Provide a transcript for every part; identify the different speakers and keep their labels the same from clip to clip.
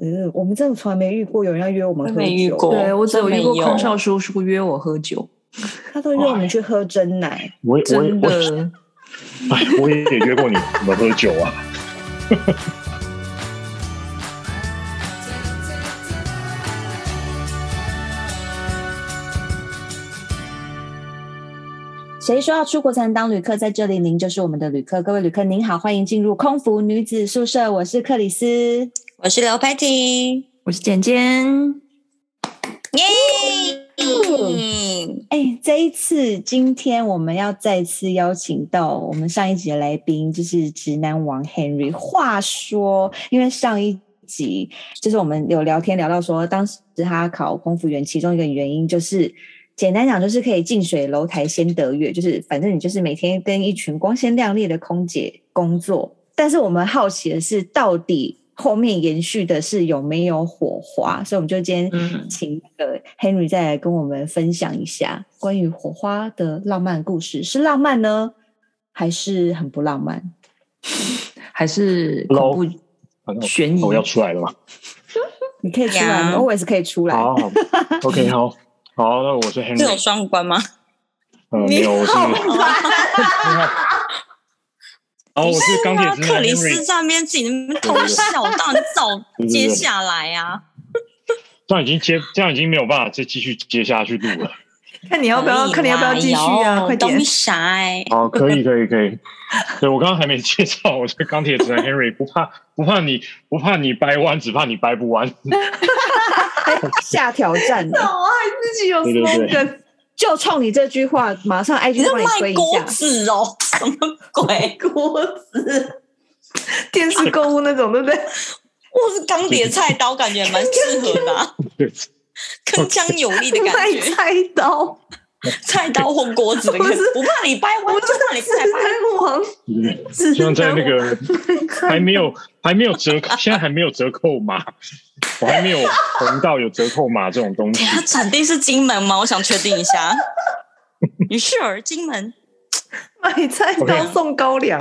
Speaker 1: 嗯，我们真的从来没遇过有人要约我们喝酒，
Speaker 2: 没遇过
Speaker 3: 对我只有遇过
Speaker 2: 真没有
Speaker 3: 空少叔叔约我喝酒，
Speaker 1: 他都约我们去喝真奶。
Speaker 4: 我我
Speaker 3: 真
Speaker 4: 我，
Speaker 3: 的。
Speaker 4: 哎， 我也约过你们喝酒啊。
Speaker 1: 谁说要出国才能当旅客？在这里，您就是我们的旅客。各位旅客，您好，欢迎进入空服女子宿舍，我是克里斯。
Speaker 2: 我是刘佩婷，
Speaker 3: 我是简简，
Speaker 2: 耶！
Speaker 3: 嗯
Speaker 2: 嗯
Speaker 1: 哎，这一次，今天我们要再次邀请到我们上一集的来宾，就是直男王 Henry。话说，因为上一集就是我们有聊天聊到说，当时他考空服员，其中一个原因就是。简单讲就是可以近水楼台先得月，就是反正你就是每天跟一群光鲜亮丽的空姐工作。但是我们好奇的是，到底后面延续的是有没有火花？所以我们就今天
Speaker 3: 嗯
Speaker 1: 请那个 Henry 再来跟我们分享一下关于火花的浪漫故事，是浪漫呢，还是很不浪漫？
Speaker 3: 还是
Speaker 4: Hello
Speaker 3: 恐怖
Speaker 4: 反正
Speaker 3: 悬疑
Speaker 4: 哦我，要出来了嘛。
Speaker 1: 你可以出来
Speaker 2: 呀
Speaker 1: 吗，always 可以出来。
Speaker 4: 好好，OK，好，好，那我是
Speaker 2: 这有
Speaker 4: Henry，
Speaker 2: 双关吗？
Speaker 4: 呃，没有，我是， 然哦后我是钢铁 直
Speaker 2: 啊克
Speaker 4: 男
Speaker 2: 里斯
Speaker 4: Henry，
Speaker 2: 在那边自己那边偷笑，到底早接下来啊？
Speaker 4: 这样已经接，这样已经没有办法再继续接下去录 了。
Speaker 3: 看你要不要，看你要不要继续啊？快点
Speaker 2: 东！傻哎！
Speaker 4: 好，可以，可以，可以。对我刚刚还没介绍，我是钢铁直男 Henry，不怕，不怕你，不怕你掰弯，只怕你掰不弯。
Speaker 1: 下挑战，
Speaker 3: 自己有
Speaker 4: 对对对
Speaker 1: 就冲你这句话，马上 IG
Speaker 2: 你在
Speaker 1: 帮
Speaker 2: 卖
Speaker 1: 推一
Speaker 2: 锅
Speaker 1: 下。
Speaker 2: 子哦？什么鬼？
Speaker 3: 锅子，电视购物那种，对不对？
Speaker 2: 我是钢铁菜刀，感觉蛮适合的、啊，
Speaker 4: 对，
Speaker 2: 铿锵有力的感
Speaker 3: 卖
Speaker 2: 觉。
Speaker 3: 菜刀，
Speaker 2: 菜刀或锅子的感觉，
Speaker 3: 不是
Speaker 2: 不怕你掰弯，
Speaker 3: 我
Speaker 2: 就
Speaker 3: 真
Speaker 2: 怕
Speaker 3: 的
Speaker 2: 你
Speaker 3: 是
Speaker 2: 菜掰。
Speaker 3: 男王，
Speaker 4: 对
Speaker 3: 只
Speaker 4: 希望在那个 还没有还没有折， 现在还没有折扣码，我还没有红到有折扣码这种东西
Speaker 2: 等一。下啊产地是金门吗？我想确定一下。你 sure 金门？
Speaker 3: 买菜刀
Speaker 4: OK
Speaker 3: 送高粱，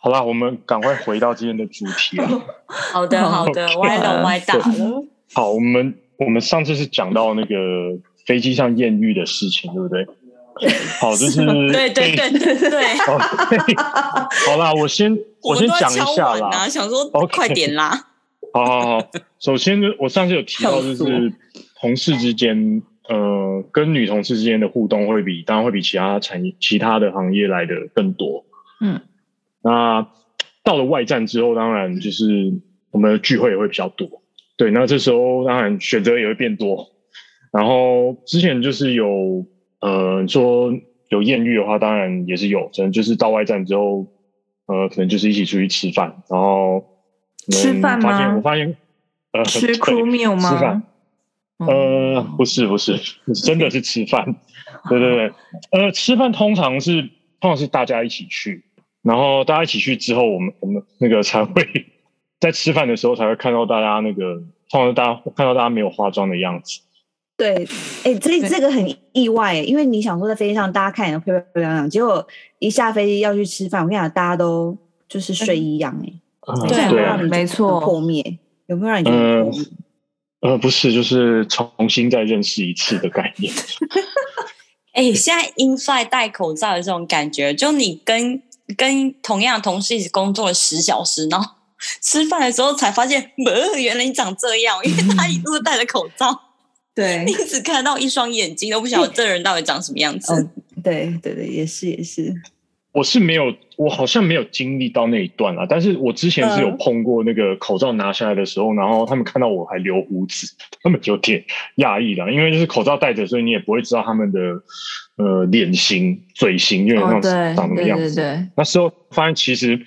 Speaker 4: 好啦，我们赶快回到今天的主题 啊。
Speaker 2: 好 的，好的，
Speaker 4: 好
Speaker 2: 歪了歪大了。
Speaker 4: 好，我们我们上次是讲到那个飞机上艳遇的事情，对不对？好，就是
Speaker 2: 对对
Speaker 4: 嗯
Speaker 2: 对对 对，
Speaker 4: 好嘿好啦，我先
Speaker 2: 我
Speaker 4: 先
Speaker 2: 们都要
Speaker 4: 讲一
Speaker 2: 敲
Speaker 4: 下
Speaker 2: 碗
Speaker 4: 啦。
Speaker 2: 啊，想说
Speaker 4: OK
Speaker 2: 快点啦。
Speaker 4: 好好 好，首先呢，我上次有提到，就
Speaker 3: 笑死我
Speaker 4: 是同事之间，呃，跟女同事之间的互动会比，当然会比其他产业、其他的行业来的更多。
Speaker 3: 嗯，
Speaker 4: 那到了外站之后，当然就是我们的聚会也会比较多。对，那这时候当然选择也会变多。然后之前就是有，呃，说有艳遇的话，当然也是有，可能就是到外站之后，呃，可能就是一起出去吃饭，然后可能
Speaker 3: 吃饭吗
Speaker 4: 发现我发现，呃，
Speaker 3: 吃
Speaker 4: 对
Speaker 3: crew meal
Speaker 4: 吃饭
Speaker 3: 吗？
Speaker 4: 呃，不是不是，真的是吃饭。对对对，呃，吃饭通常是通常是大家一起去，然后大家一起去之后，我们我们那个才会在吃饭的时候才会看到大家那个，通常大家看到大家没有化妆的样子。
Speaker 1: 对，哎、这
Speaker 3: 对
Speaker 1: 这个很意外，因为你想说在飞机上大家看起来漂漂亮亮，结果一下飞机要去吃饭，我跟你讲，大家都就是睡
Speaker 2: 嗯
Speaker 1: 衣样、哎、
Speaker 2: 对啊
Speaker 4: 对
Speaker 1: 让
Speaker 4: 啊
Speaker 1: 你觉，得
Speaker 3: 嗯没错
Speaker 1: 很破灭有没有让你觉得很破灭？
Speaker 4: 呃，不是，就是重新再认识一次的概念。
Speaker 2: 哎、现在 in fly 戴口罩的这种感觉，就你跟跟同样的同事一起工作了十小时，然后吃饭的时候才发现，呃，原来你长这样，因为他一路戴着口罩，
Speaker 3: 对
Speaker 2: 你只看到一双眼睛，都不晓得这人到底长什么样
Speaker 4: 哦
Speaker 2: 子。
Speaker 1: 嗯对对对，也是也是，
Speaker 4: 我是没有，我好像没有经历到那一段啊。但是我之前是
Speaker 3: 嗯
Speaker 4: 有碰过那个口罩拿下来的时候，然后他们看到我还留胡子， 他们有点讶异啦，因为就是口罩戴着，所以你也不会知道他们的呃脸型、嘴型有点
Speaker 3: 哦
Speaker 4: 像
Speaker 3: 对
Speaker 4: 长什么
Speaker 3: 对
Speaker 4: 样
Speaker 3: 对
Speaker 4: 子。
Speaker 3: 对，
Speaker 4: 那时候发现其实，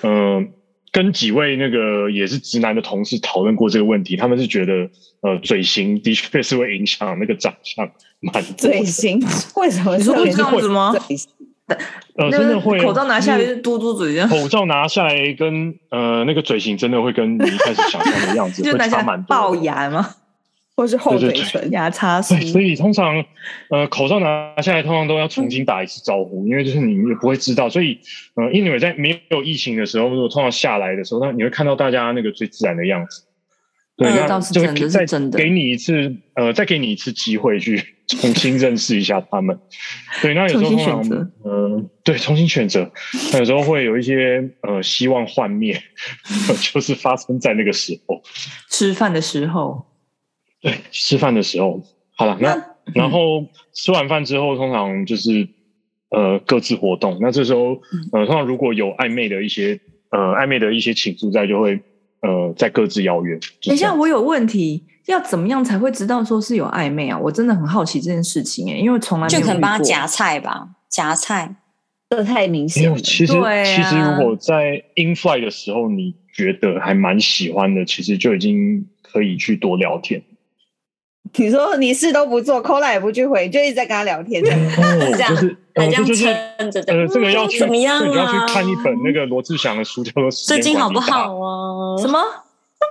Speaker 4: 呃，跟几位那个也是直男的同事讨论过这个问题，他们是觉得呃嘴型的确是会影响那个长相蛮多
Speaker 1: 嘴
Speaker 4: 的，
Speaker 1: 型 为什么
Speaker 3: 你
Speaker 1: 是
Speaker 3: 说会这
Speaker 1: 会
Speaker 3: 样子吗？
Speaker 1: 嘴型
Speaker 4: 呃，
Speaker 3: 那
Speaker 4: 真的会
Speaker 3: 口罩拿下来就嘟嘟嘴这样，
Speaker 4: 口罩拿下来跟呃那个嘴型真的会跟你一开始想象的样 子
Speaker 3: 就
Speaker 4: 会
Speaker 3: 拿下
Speaker 4: 差
Speaker 3: 来
Speaker 4: 蛮多
Speaker 3: 龅
Speaker 4: 的。
Speaker 3: 牙嘛，
Speaker 1: 或是厚
Speaker 4: 对
Speaker 1: 嘴
Speaker 4: 对对
Speaker 1: 唇？
Speaker 3: 牙擦梳
Speaker 4: 对，。所以通常呃口罩拿下来，通常都要重新打一次招呼，因为就是你也不会知道，所以呃，因为在没有疫情的时候，如果通常下来的时候，那你会看到大家那个最自然的样子。对，
Speaker 3: 那个
Speaker 4: 那
Speaker 3: 嗯倒是
Speaker 4: 就会
Speaker 3: 真的
Speaker 4: 给
Speaker 3: 是
Speaker 4: 再
Speaker 3: 真的
Speaker 4: 给你一次，呃，再给你一次机会去重新认识一下他们。 对，那有时候
Speaker 3: 重
Speaker 4: 通
Speaker 3: 新
Speaker 4: 常
Speaker 3: 选择，
Speaker 4: 呃，对，重新选择，那有时候会有一些呃希望幻灭， 就是发生在那个时候，
Speaker 3: 吃饭的时候，
Speaker 4: 对，吃饭的时候。好了，那
Speaker 2: 嗯
Speaker 4: 然后吃完饭之后，通常就是呃各自活动。那这时候，
Speaker 2: 嗯
Speaker 4: 呃，通常如果有暧昧的一些呃暧昧的一些情愫在，就会呃再各自邀约。就
Speaker 3: 等一
Speaker 4: 这
Speaker 3: 下，
Speaker 4: 样
Speaker 3: 我有问题，要怎么样才会知道说是有暧昧啊？我真的很好奇这件事情哎、因为从来没
Speaker 2: 就
Speaker 3: 有
Speaker 2: 可能帮
Speaker 3: 遇
Speaker 2: 他
Speaker 3: 过
Speaker 2: 夹菜吧，夹菜。
Speaker 1: 这太明
Speaker 4: 没
Speaker 1: 显
Speaker 4: 有，
Speaker 1: 了。
Speaker 4: 其实、
Speaker 2: 欸
Speaker 3: 对啊
Speaker 4: 其实如果在 in fly 的时候，你觉得还蛮喜欢的，其实就已经可以去多聊天。
Speaker 1: 你说你事都不做，扣 a 也不去回，你就一直在跟他聊天。
Speaker 4: 哦
Speaker 2: 这样
Speaker 4: 就是
Speaker 2: 还这样
Speaker 4: 呃，这就是
Speaker 2: 撑着这样
Speaker 4: 呃，这个要
Speaker 2: 嗯
Speaker 4: 去
Speaker 2: 怎么样
Speaker 4: 对你要去
Speaker 2: 啊
Speaker 4: 看一本那个罗志祥的书，叫做《时间
Speaker 2: 最近
Speaker 4: 管
Speaker 2: 好
Speaker 4: 理
Speaker 2: 不
Speaker 4: 法
Speaker 2: 好啊？
Speaker 3: 什么？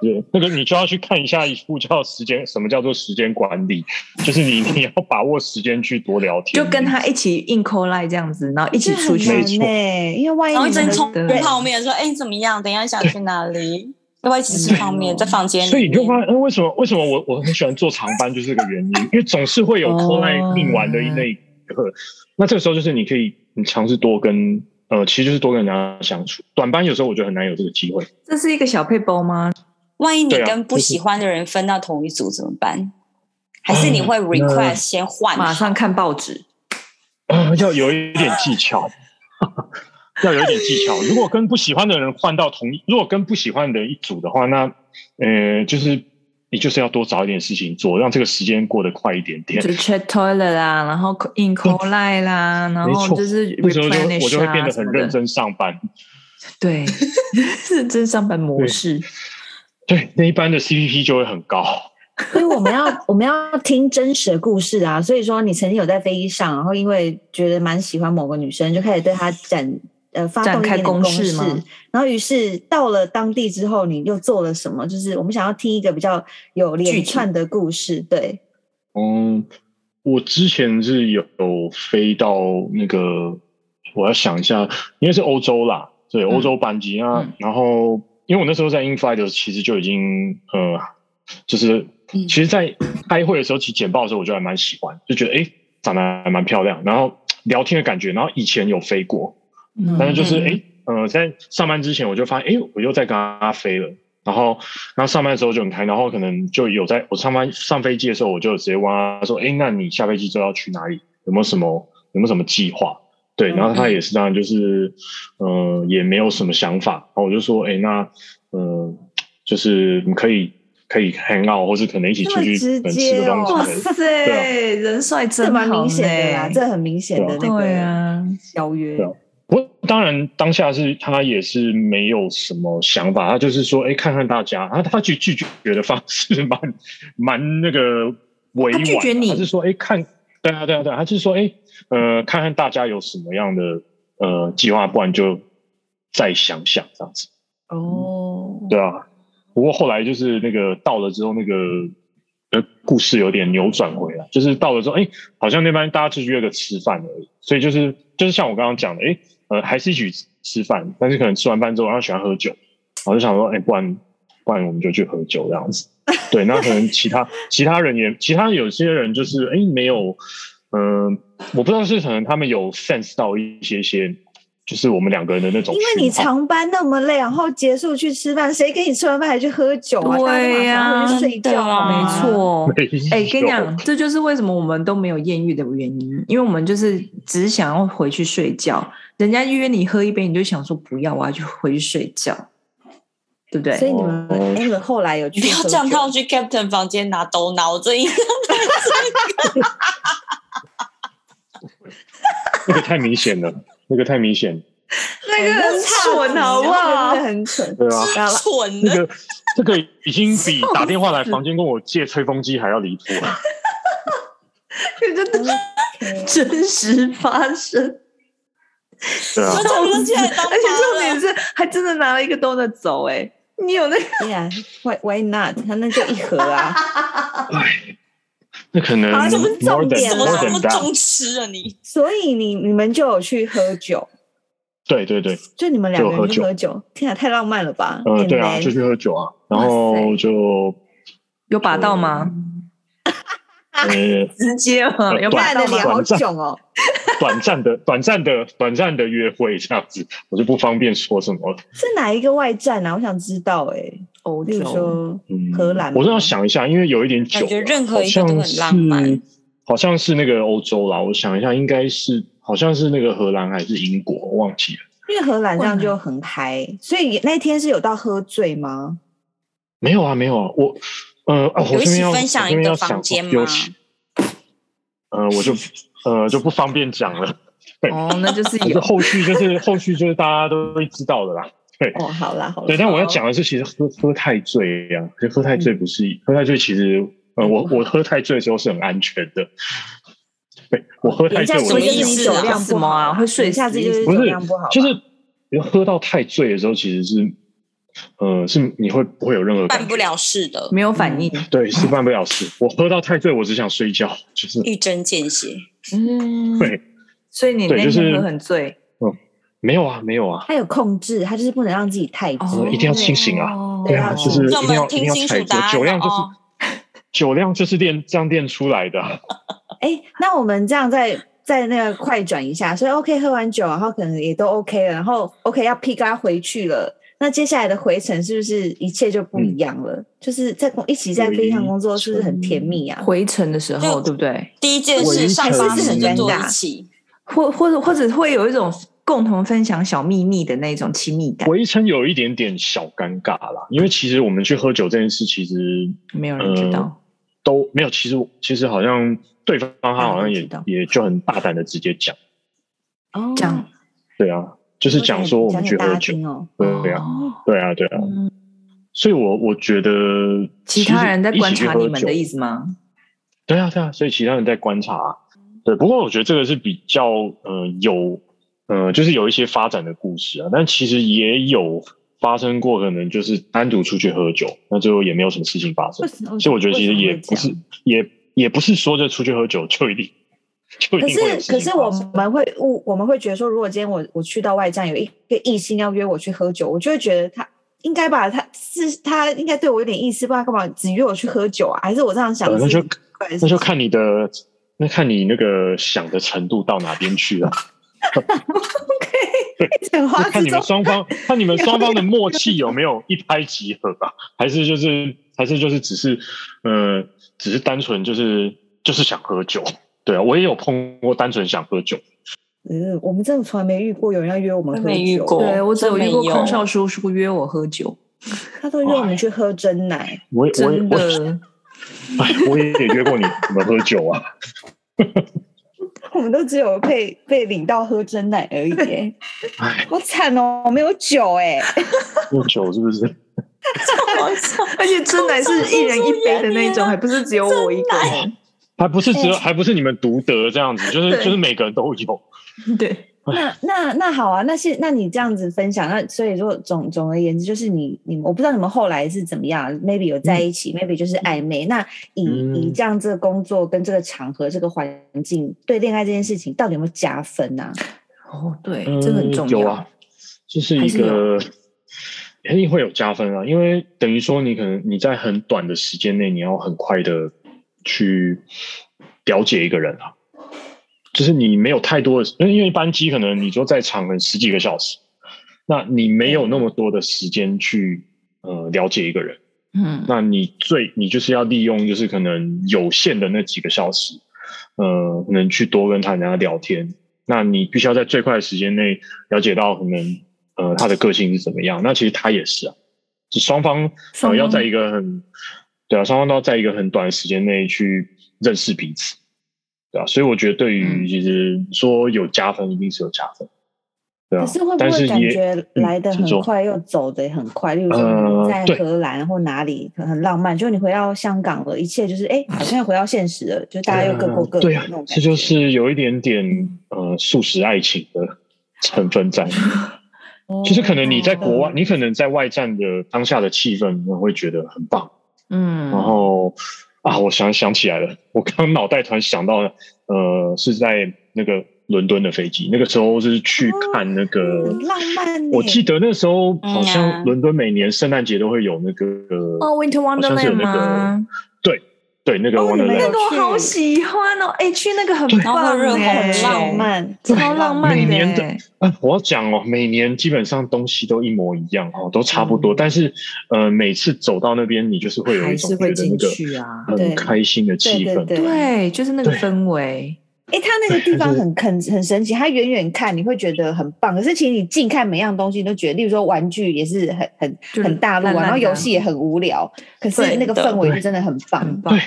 Speaker 4: 对，那个你就要去看一下一部叫《时间》，什么叫做时间管理？就是你你要把握时间去多聊天，
Speaker 3: 就跟他一起硬扣赖这样子，然后一起
Speaker 1: 这
Speaker 3: 出
Speaker 1: 很
Speaker 3: 去
Speaker 4: 没
Speaker 1: 难
Speaker 4: 错
Speaker 1: 呢、因为万一
Speaker 2: 然后一
Speaker 1: 你
Speaker 2: 直
Speaker 1: 们
Speaker 2: 冲
Speaker 3: 真哎的
Speaker 2: 泡面说：“哎，你怎么样？等一下想去哪里？要不要一起吃泡面？在房间里面。”
Speaker 4: 嗯所以你就发现，呃为什么为什么我我很喜欢做长班，就是这个原因，因为总是会有
Speaker 1: 哦
Speaker 4: call line 命完的那一刻。那这个时候就是你可以你尝试多跟呃，其实就是多跟人家相处。短班有时候我觉得很难有这个机会。
Speaker 3: 这是一个小配包吗？
Speaker 2: 万一你
Speaker 4: 对啊
Speaker 2: 跟不
Speaker 4: 就是
Speaker 2: 喜欢的人分到同一组怎么办？还是
Speaker 4: 哎
Speaker 2: 你会 request 先换？
Speaker 3: 马上看报纸，
Speaker 4: 呃，要有一点技巧，要有一点技巧。如果跟不喜欢的人换到同一，如果跟不喜欢的人一组的话，那呃，就是你就是要多找一点事情做，让这个时间过得快一点点
Speaker 3: 就。是 check toilet 啦，然后硬扣赖啦，然
Speaker 4: 嗯没
Speaker 3: 后
Speaker 4: 错
Speaker 3: 就是
Speaker 4: 那时候就
Speaker 3: replenish 啊
Speaker 4: 我就会变得
Speaker 3: 什
Speaker 4: 很
Speaker 3: 么的
Speaker 4: 认，真上班。
Speaker 3: 对，认真上班模
Speaker 4: 对
Speaker 3: 式。
Speaker 4: 对，那一般的 CPP 就会很高。
Speaker 1: 因为我们要我们要听真实的故事啊，所以说你曾经有在飞机上，然后因为觉得蛮喜欢某个女生，就开始对她展呃发动
Speaker 3: 展
Speaker 1: 一
Speaker 3: 开
Speaker 1: 点点攻
Speaker 3: 攻势吗
Speaker 1: 然后于是到了当地之后，你又做了什么？就是我们想要听一个比较有
Speaker 3: 具
Speaker 1: 连
Speaker 3: 体
Speaker 1: 串的故事，对，
Speaker 4: 嗯，我之前是有飞到那个，我要想一下，因为是欧洲啦，对，欧洲班机啊。
Speaker 3: 嗯
Speaker 4: 然后，因为我那时候在 InFly 的，其实就已经呃，就是
Speaker 2: 嗯
Speaker 4: 其实，在开会的时候，其实简报的时候，我就还蛮喜欢，就觉得诶长得还蛮漂亮，然后聊天的感觉，然后以前有飞过，
Speaker 3: 嗯
Speaker 4: 但是就是
Speaker 2: 嗯
Speaker 4: 哎、诶呃，在上班之前我就发现，哎、我又在跟他飞了。然后，然后上班的时候就很开，然后可能就有在我上班上飞机的时候，我就直接问他说：“哎，那你下飞机之后要去哪里？有没有什么有没有什么计划？”对，
Speaker 1: 嗯
Speaker 4: 然后他也是当然就是，呃，也没有什么想法。然后我就说：“哎，那呃，就是你可以可以 hang out，或是可能一起出去
Speaker 1: 这么直
Speaker 4: 可能吃个
Speaker 1: 接哦
Speaker 4: 东西。”
Speaker 3: 哇
Speaker 4: 对啊
Speaker 3: 塞，人帅
Speaker 1: 这
Speaker 3: 真
Speaker 1: 蛮
Speaker 3: 好
Speaker 1: 明显的啦，
Speaker 3: 呢
Speaker 1: 这很明显的那
Speaker 3: 对
Speaker 1: 个
Speaker 3: 啊，
Speaker 1: 邀约
Speaker 4: 对啊。不过当然，当下是他也是没有什么想法，他就是说，哎，看看大家，他他拒拒绝的方式蛮蛮那个委婉的，
Speaker 3: 他拒绝你
Speaker 4: 他是说，哎，看，对啊，对啊，对啊，他是说，哎，呃，看看大家有什么样的呃计划，不然就再想想这样子，
Speaker 3: 哦，
Speaker 4: 对啊。不过后来就是那个到了之后，那个呃故事有点扭转回来，就是到了之后，哎，好像那班大家只是约个吃饭而已，所以就是就是像我刚刚讲的，哎，呃，还是一起吃饭，但是可能吃完饭之后，然后喜欢喝酒，我就想说，哎，不然不然我们就去喝酒这 样子。对，那可能其他其他人也，其他有些人就是哎没有，嗯、我不知道是可能他们有 sense 到一些些，就是我们两个人的那种
Speaker 1: 因为
Speaker 4: 讯
Speaker 1: 你
Speaker 4: 号
Speaker 1: 长班那么累，然后结束去吃饭，谁跟你吃完饭还去喝酒啊？
Speaker 3: 对呀啊
Speaker 1: 大家都马上回去睡觉啊好
Speaker 3: 没
Speaker 1: 吗，
Speaker 3: 错，
Speaker 4: 啊没
Speaker 3: 哎、跟你
Speaker 4: 有
Speaker 3: 讲，这就是为什么我们都没有艳遇的原因，因为我们就是只想要回去睡觉。人家约你喝一杯，你就想说不要，我要去回去睡觉，对不对？
Speaker 1: 所以你们，哎、
Speaker 4: 哦
Speaker 1: 你们后来有
Speaker 2: 你
Speaker 1: 去
Speaker 2: 不要
Speaker 1: 喝
Speaker 2: 这样
Speaker 1: 酒
Speaker 2: 套去 Captain 房间拿兜拿，我这一
Speaker 4: 那个太明显了，那个太明显，
Speaker 3: 那个很蠢，好不好
Speaker 1: 真的？很蠢。
Speaker 4: 对啊。
Speaker 1: 然后
Speaker 2: 蠢
Speaker 4: 那
Speaker 2: 的，
Speaker 4: 个这个已经比打电话来房间跟我借吹风机还要离谱了。
Speaker 3: 真的真实发生，
Speaker 4: 对啊
Speaker 2: 说，这不是现在当
Speaker 3: 而且重
Speaker 2: 妈
Speaker 3: 点
Speaker 2: 了？
Speaker 3: 是还真的拿了一个 donut 走、哎，你有那个
Speaker 1: Yeah，why why not？他那就一盒啊，
Speaker 4: 那可能
Speaker 1: 好这不是重
Speaker 4: more than
Speaker 1: 点
Speaker 2: 怎么
Speaker 4: more
Speaker 1: 啦
Speaker 2: 这
Speaker 4: than
Speaker 2: 么
Speaker 4: that。
Speaker 2: 重吃啊你？
Speaker 1: 所以你你们就有去喝酒，
Speaker 4: 对对对，
Speaker 1: 就你们两个人去
Speaker 4: 就
Speaker 1: 喝酒，天啊，太浪漫了吧？
Speaker 4: 呃，
Speaker 1: And
Speaker 4: 对啊，
Speaker 1: then-
Speaker 4: 就去喝酒啊，然后就
Speaker 3: 有把到吗？
Speaker 4: 呃，
Speaker 3: 嗯直接吗？有把
Speaker 1: 看
Speaker 3: 到
Speaker 1: 的
Speaker 3: 吗
Speaker 1: 脸？好囧哦，
Speaker 4: 短暂的、短暂的、短暂的约会这样子，我就不方便说什么了。
Speaker 1: 是哪一个外战啊？我想知道哎、
Speaker 3: 欧
Speaker 1: 例如
Speaker 3: 洲
Speaker 1: 说
Speaker 4: 嗯，
Speaker 1: 荷兰吗
Speaker 4: 我正要想一下，因为有一点久
Speaker 2: 感
Speaker 4: 了，
Speaker 2: 觉任何一个都很浪漫
Speaker 4: 好像是。好像是那个欧洲啦，我想一下，应该是好像是那个荷兰还是英国，我忘记了。
Speaker 1: 因为荷兰这样就很嗨，所以那天是有到喝醉吗？
Speaker 4: 没有啊，没有啊，我呃，啊、我
Speaker 2: 有一
Speaker 4: 这边
Speaker 2: 起
Speaker 4: 要
Speaker 2: 分享
Speaker 4: 我这边
Speaker 2: 一个
Speaker 4: 要
Speaker 2: 房间吗
Speaker 4: 有起呃，我就呃就不方便讲了。
Speaker 3: 哦，那就是
Speaker 4: 可是
Speaker 3: 有
Speaker 4: 后续就是后续就是大家都会知道的啦。
Speaker 1: 哦，好啦好啦
Speaker 4: 对，，但我要讲的是，其实喝喝太醉呀、啊，其实喝太醉不是、喝太醉，其实呃，我我喝太醉的时候是很安全的。对我喝太
Speaker 1: 人
Speaker 4: 醉，
Speaker 1: 家
Speaker 4: 我
Speaker 2: 什
Speaker 1: 说
Speaker 2: 么
Speaker 4: 的
Speaker 1: 就是
Speaker 2: 意
Speaker 1: 你
Speaker 2: 思
Speaker 1: 酒
Speaker 2: 啊
Speaker 1: 量
Speaker 3: 什
Speaker 1: 不
Speaker 3: 么
Speaker 1: 好
Speaker 3: 啊会睡
Speaker 1: 一下
Speaker 3: 死
Speaker 1: 次就是
Speaker 4: 不
Speaker 1: 酒
Speaker 4: 是
Speaker 1: 量不好吧，
Speaker 4: 就是喝到太醉的时候，其实是呃是你会不会有任何
Speaker 2: 办
Speaker 4: 感觉
Speaker 2: 不了事
Speaker 4: 嗯
Speaker 2: 的，
Speaker 3: 没有反应？
Speaker 4: 对，是办不了事。我喝到太醉，我只想睡觉，就是
Speaker 2: 一针见血。
Speaker 3: 嗯，
Speaker 4: 对，
Speaker 3: 所以你
Speaker 4: 对
Speaker 3: 那
Speaker 4: 就
Speaker 3: 天
Speaker 4: 是
Speaker 3: 喝很醉，
Speaker 4: 没有啊，没有啊，
Speaker 1: 他有控制，他就是不能让自己太醉。
Speaker 4: 一定要清醒啊
Speaker 3: 哦
Speaker 4: 对啊，就是
Speaker 2: 那我
Speaker 4: 一定要
Speaker 2: 们
Speaker 4: 一定
Speaker 2: 听
Speaker 4: 要
Speaker 2: 清楚
Speaker 4: 踩
Speaker 2: 答案
Speaker 4: 着酒量，就是
Speaker 2: 哦。
Speaker 4: 酒量就是练这样练出来的啊。
Speaker 1: 哎、那我们这样再再那个快转一下，所以 OK 喝完酒，然后可能也都 OK 了，然后 OK 要 P 嘎回去了。那接下来的回程是不是一切就不一
Speaker 4: 嗯
Speaker 1: 样了？就是在工一起在飞机上工作，是不是很甜蜜啊？
Speaker 3: 回程的时候，
Speaker 2: 就
Speaker 3: 对不对？
Speaker 2: 第一件
Speaker 4: 我
Speaker 2: 事
Speaker 4: 一
Speaker 2: 上
Speaker 4: 开
Speaker 2: 巴
Speaker 4: 始
Speaker 2: 士就
Speaker 1: 很
Speaker 2: 坐
Speaker 1: 尴
Speaker 2: 一
Speaker 1: 尬
Speaker 2: 起，
Speaker 3: 或或者或者会有一种共同分享小秘密的那种亲密感，
Speaker 4: 回程有一点点小尴尬啦，因为其实我们去喝酒这件事，其实呃
Speaker 3: 没有人知道。
Speaker 4: 都没有。其实我其实好像对方他好像
Speaker 3: 嗯我知
Speaker 4: 也
Speaker 3: 道
Speaker 4: 也就很大胆的直接讲，
Speaker 1: 哦
Speaker 3: 这样
Speaker 4: 对啊，就是讲说我们去喝酒，
Speaker 1: 哦。
Speaker 4: 对啊，
Speaker 3: 哦，
Speaker 4: 对啊，对啊。
Speaker 3: 嗯
Speaker 4: 所以我我觉得
Speaker 3: 其
Speaker 4: 实
Speaker 3: 他人在
Speaker 4: 一起
Speaker 3: 观
Speaker 4: 去
Speaker 3: 察
Speaker 4: 喝
Speaker 3: 你们的
Speaker 4: 酒
Speaker 3: 意思吗？
Speaker 4: 对啊，对啊，所以其他人在观察、啊对，不过我觉得这个是比较呃有呃，就是有一些发展的故事啊，但其实也有发生过，可能就是单独出去喝酒，那最后也没有什么事情发生
Speaker 1: 为。什么？
Speaker 4: 所以我觉得其实也
Speaker 1: 为什
Speaker 4: 不
Speaker 1: 么会这
Speaker 4: 是
Speaker 1: 样，
Speaker 4: 也也不是说这出去喝酒 就一定就一
Speaker 1: 可
Speaker 4: 定会有
Speaker 1: 是
Speaker 4: 事
Speaker 1: 可
Speaker 4: 情
Speaker 1: 是
Speaker 4: 发
Speaker 1: 我
Speaker 4: 生。
Speaker 1: 们会误，我们会觉得说，如果今天我我去到外站，有一个异性要约我去喝酒，我就会觉得他应该吧，他是他应该对我有点意思，不然干嘛只约我去喝酒啊？还是我这样想
Speaker 4: 呃那
Speaker 1: 是
Speaker 4: 就
Speaker 1: 奇怪的事情？
Speaker 4: 那就看你的，那看你那个想的程度到哪边去啊了、
Speaker 1: 很 花
Speaker 4: 就看你
Speaker 1: 枝
Speaker 4: 们
Speaker 1: 中
Speaker 4: 双方，看你们双方的默契有没有一拍即合吧？还是就是还是就是只是呃，只是单纯就是就是想喝酒。对啊，我也有碰过单纯想喝酒，
Speaker 1: 呃，我们真的从来没遇过有人要约我们喝酒，
Speaker 2: 没遇过
Speaker 3: 对我只有遇过
Speaker 2: 真没有
Speaker 3: 空少叔叔约我喝酒，
Speaker 1: 他都约我们去喝真奶。
Speaker 4: 我也我也
Speaker 3: 真
Speaker 4: 我，
Speaker 3: 的
Speaker 4: 哎，我也约过你，怎么喝酒啊？
Speaker 1: 我们都只有被被领到喝真奶而已耶、
Speaker 4: 哎，
Speaker 1: 好惨哦，我没有酒哎、
Speaker 4: 喝酒是不是？
Speaker 3: 而且真奶是一人一杯的那种，还不是只有我一个人。
Speaker 4: 还不是只有，
Speaker 1: 哎
Speaker 4: 还不是你们独得这样子，就是
Speaker 3: 对
Speaker 4: 就是每个人都有。
Speaker 3: 对，
Speaker 1: 那那那好啊，那是那你这样子分享，那所以说总总而言之，就是你你们我不知道你们后来是怎么样，maybe 有在一起、m a y b e 就是暧昧。那以、
Speaker 4: 嗯
Speaker 1: 以这样这个工作跟这个场合、这个环境，对恋爱这件事情到底有没有加分呢、啊？
Speaker 3: 哦对
Speaker 4: 嗯，
Speaker 3: 这个很重
Speaker 4: 有
Speaker 3: 要
Speaker 4: 啊。，这是
Speaker 3: 还
Speaker 4: 一
Speaker 3: 是
Speaker 4: 个肯定会有加分啊，因为等于说你可能你在很短的时间内，你要很快的去了解一个人啊，就是你没有太多的，因为因为一般机可能你说在场可能十几个小时，那你没有那么多的时间去呃了解一个人，
Speaker 3: 嗯，
Speaker 4: 那你最你就是要利用就是可能有限的那几个小时，呃，可能去多跟他人家聊天。那你必须要在最快的时间内了解到可能呃他的个性是怎么样。那其实他也是啊，就双方
Speaker 3: 双方
Speaker 4: 呃要在一个很对啊，双方都要在一个很短的时间内去认识彼此，对啊。所以我觉得对于
Speaker 3: 嗯
Speaker 4: 其实说有加分，一定是有加分，对啊。
Speaker 1: 可是会不
Speaker 4: 但
Speaker 1: 会感
Speaker 4: 也
Speaker 1: 觉来的
Speaker 4: 嗯请
Speaker 1: 很
Speaker 4: 说
Speaker 1: 快，又走的很快？例如
Speaker 4: 呃
Speaker 1: 说你在
Speaker 4: 对
Speaker 1: 荷兰或哪里很很浪漫，就你回到香港了，一切就是哎，好像回到现实了，就大家又各过各的
Speaker 4: 对
Speaker 1: 那
Speaker 4: 啊
Speaker 1: 种感，觉。
Speaker 4: 这就是有一点点呃素食爱情的成分在。
Speaker 1: 哦
Speaker 3: 哦
Speaker 4: 就是可能你在国外，你可能在外站的当下的气氛，我会觉得很棒。
Speaker 3: 嗯，
Speaker 4: 然后啊，我想想起来了，我刚脑袋突然想到了，呃，是在那个伦敦的飞机，那个时候是去看那个
Speaker 1: 很哦浪漫呢
Speaker 4: 我记得那时候好
Speaker 2: 嗯啊
Speaker 4: 像伦敦每年圣诞节都会有那个、
Speaker 3: 哦，Winter
Speaker 4: 像是有
Speaker 3: Wonderland
Speaker 4: 那个
Speaker 3: 吗？
Speaker 4: 对那个
Speaker 1: 哦你们
Speaker 4: Wonderland，、
Speaker 3: 那个我好喜欢哦！哎，去那个很
Speaker 4: 对
Speaker 2: 然后
Speaker 3: 棒
Speaker 2: 热红
Speaker 3: 哎，
Speaker 1: 很浪漫，
Speaker 3: 超浪漫
Speaker 4: 每
Speaker 3: 的
Speaker 4: 年的
Speaker 3: 哎。
Speaker 4: 啊，我要讲哦，每年基本上东西都一模一样哦，都差不多，但是呃，每次走到那边，你就是会有
Speaker 3: 嗯还
Speaker 4: 一
Speaker 3: 是
Speaker 4: 种
Speaker 3: 会
Speaker 4: 觉得
Speaker 3: 进
Speaker 4: 那个
Speaker 3: 去啊。
Speaker 1: 对
Speaker 4: 很开心的
Speaker 1: 对
Speaker 4: 气
Speaker 1: 对
Speaker 4: 氛。
Speaker 1: 对。
Speaker 3: 对，就是那个
Speaker 4: 对
Speaker 3: 氛围。
Speaker 1: 哎，它那个地方很很很神奇，它远远看你会觉得很棒，可是其实你近看每样东西，你都觉得，例如说玩具也是很很
Speaker 3: 就
Speaker 1: 很大陆
Speaker 3: 烂
Speaker 1: 啊，
Speaker 3: 烂
Speaker 1: 然后
Speaker 3: 的
Speaker 1: 游戏也很无聊，可是
Speaker 2: 对
Speaker 1: 那个
Speaker 2: 的
Speaker 1: 氛围就真的很
Speaker 3: 很
Speaker 1: 棒。
Speaker 3: 棒。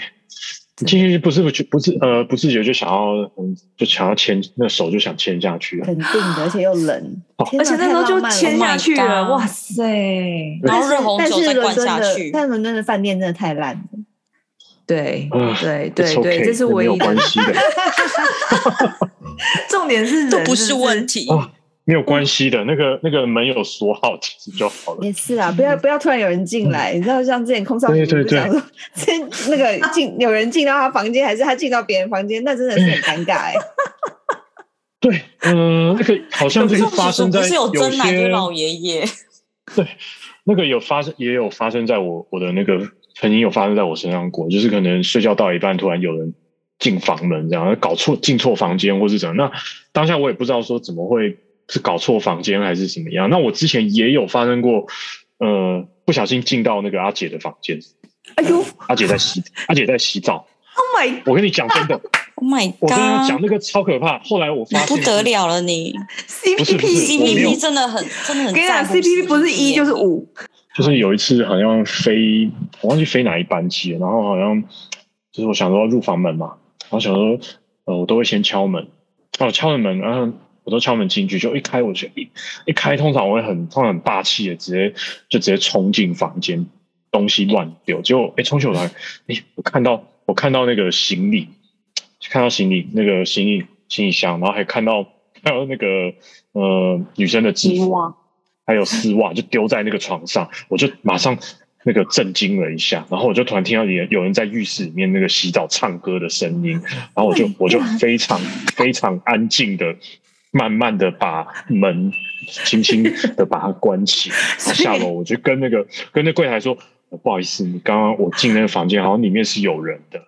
Speaker 4: 你进去不是不去不是呃不自觉就想要嗯就想要牵那手就想牵下去啊，
Speaker 1: 肯定的，而且又冷，
Speaker 4: 哦
Speaker 1: 天
Speaker 3: 而
Speaker 1: 哪
Speaker 3: 且那时候就签下去
Speaker 2: 太浪漫
Speaker 3: 了，
Speaker 2: 了
Speaker 3: 哇塞！
Speaker 2: 然
Speaker 1: 太
Speaker 2: 后热
Speaker 1: 浪
Speaker 2: 红
Speaker 1: 漫了但
Speaker 2: 酒
Speaker 1: 是但是
Speaker 2: 再
Speaker 1: 伦
Speaker 2: 灌
Speaker 1: 敦
Speaker 2: 下
Speaker 1: 的，
Speaker 2: 去，
Speaker 1: 但伦敦的饭店真的太烂了。
Speaker 3: 对
Speaker 4: 啊
Speaker 3: 对对
Speaker 4: It's okay，
Speaker 3: 对，这是
Speaker 4: 也没
Speaker 3: 唯
Speaker 4: 有
Speaker 3: 一的
Speaker 4: 关。系的
Speaker 3: 重点是人
Speaker 2: 这不是问
Speaker 3: 题，
Speaker 2: 题。
Speaker 4: 哦没有关系的，那个那个门有锁好其实就好了。
Speaker 1: 也是啊，不要不要突然有人进来，你知道像之前空少
Speaker 4: 嗯对
Speaker 1: 服务
Speaker 4: 对
Speaker 1: 不是想说， 这那个
Speaker 3: 啊
Speaker 1: 进有人进到他房间，还是他进到别人房间，那真的是很尴尬哎。
Speaker 4: 对，嗯、那个好像这
Speaker 2: 这
Speaker 4: 个
Speaker 2: 种
Speaker 4: 发生在
Speaker 2: 不是有真奶
Speaker 4: 些
Speaker 2: 就老爷 爷，
Speaker 4: 那个有发生，也有发生在我我的那个曾经有发生在我身上过，就是可能睡觉到一半，突然有人进房门，这样搞错进错房间或是怎样。那当下我也不知道说怎么会是搞错房间还是怎么样。那我之前也有发生过，呃，不小心进到那个阿姐的房间，
Speaker 1: 哎呦，
Speaker 4: 阿姐在洗，阿姐在洗澡。
Speaker 3: Oh my，
Speaker 4: 我跟你讲真的，
Speaker 2: ，Oh my
Speaker 4: 我跟你讲
Speaker 2: god，
Speaker 4: 那个超可怕。后来我
Speaker 2: 你
Speaker 4: 发
Speaker 2: 不
Speaker 4: 现
Speaker 2: 得了了你，
Speaker 4: 不是不是
Speaker 3: CPP，
Speaker 4: 我没有
Speaker 2: CPP 真的很真的很在乎时间。
Speaker 3: 我跟你讲，CPP 不是一就是五，
Speaker 4: 就是有一次好像飞，我忘记飞哪一班机了，然后好像就是我想说要入房门嘛，然后想说呃我都会先敲门，哦敲了门，然后我都敲门进去，就一开我就一一开，通常我会很通常很霸气的直接就直接冲进房间，东西乱丢，结果哎冲进我来，哎我看到我看到那个行李，看到行李那个行李行李箱，然后还看到看到那个呃女生的制服。
Speaker 2: 哇，
Speaker 4: 还有丝袜，就丢在那个床上，我就马上那个震惊了一下，然后我就突然听到有有人在浴室里面那个洗澡唱歌的声音，然后我就我就非常非常安静的。慢慢的把门轻轻的把它关起，然后下楼我就跟那个跟那柜台说，呃不好意思，你刚刚我进那个房间，好像里面是有人的，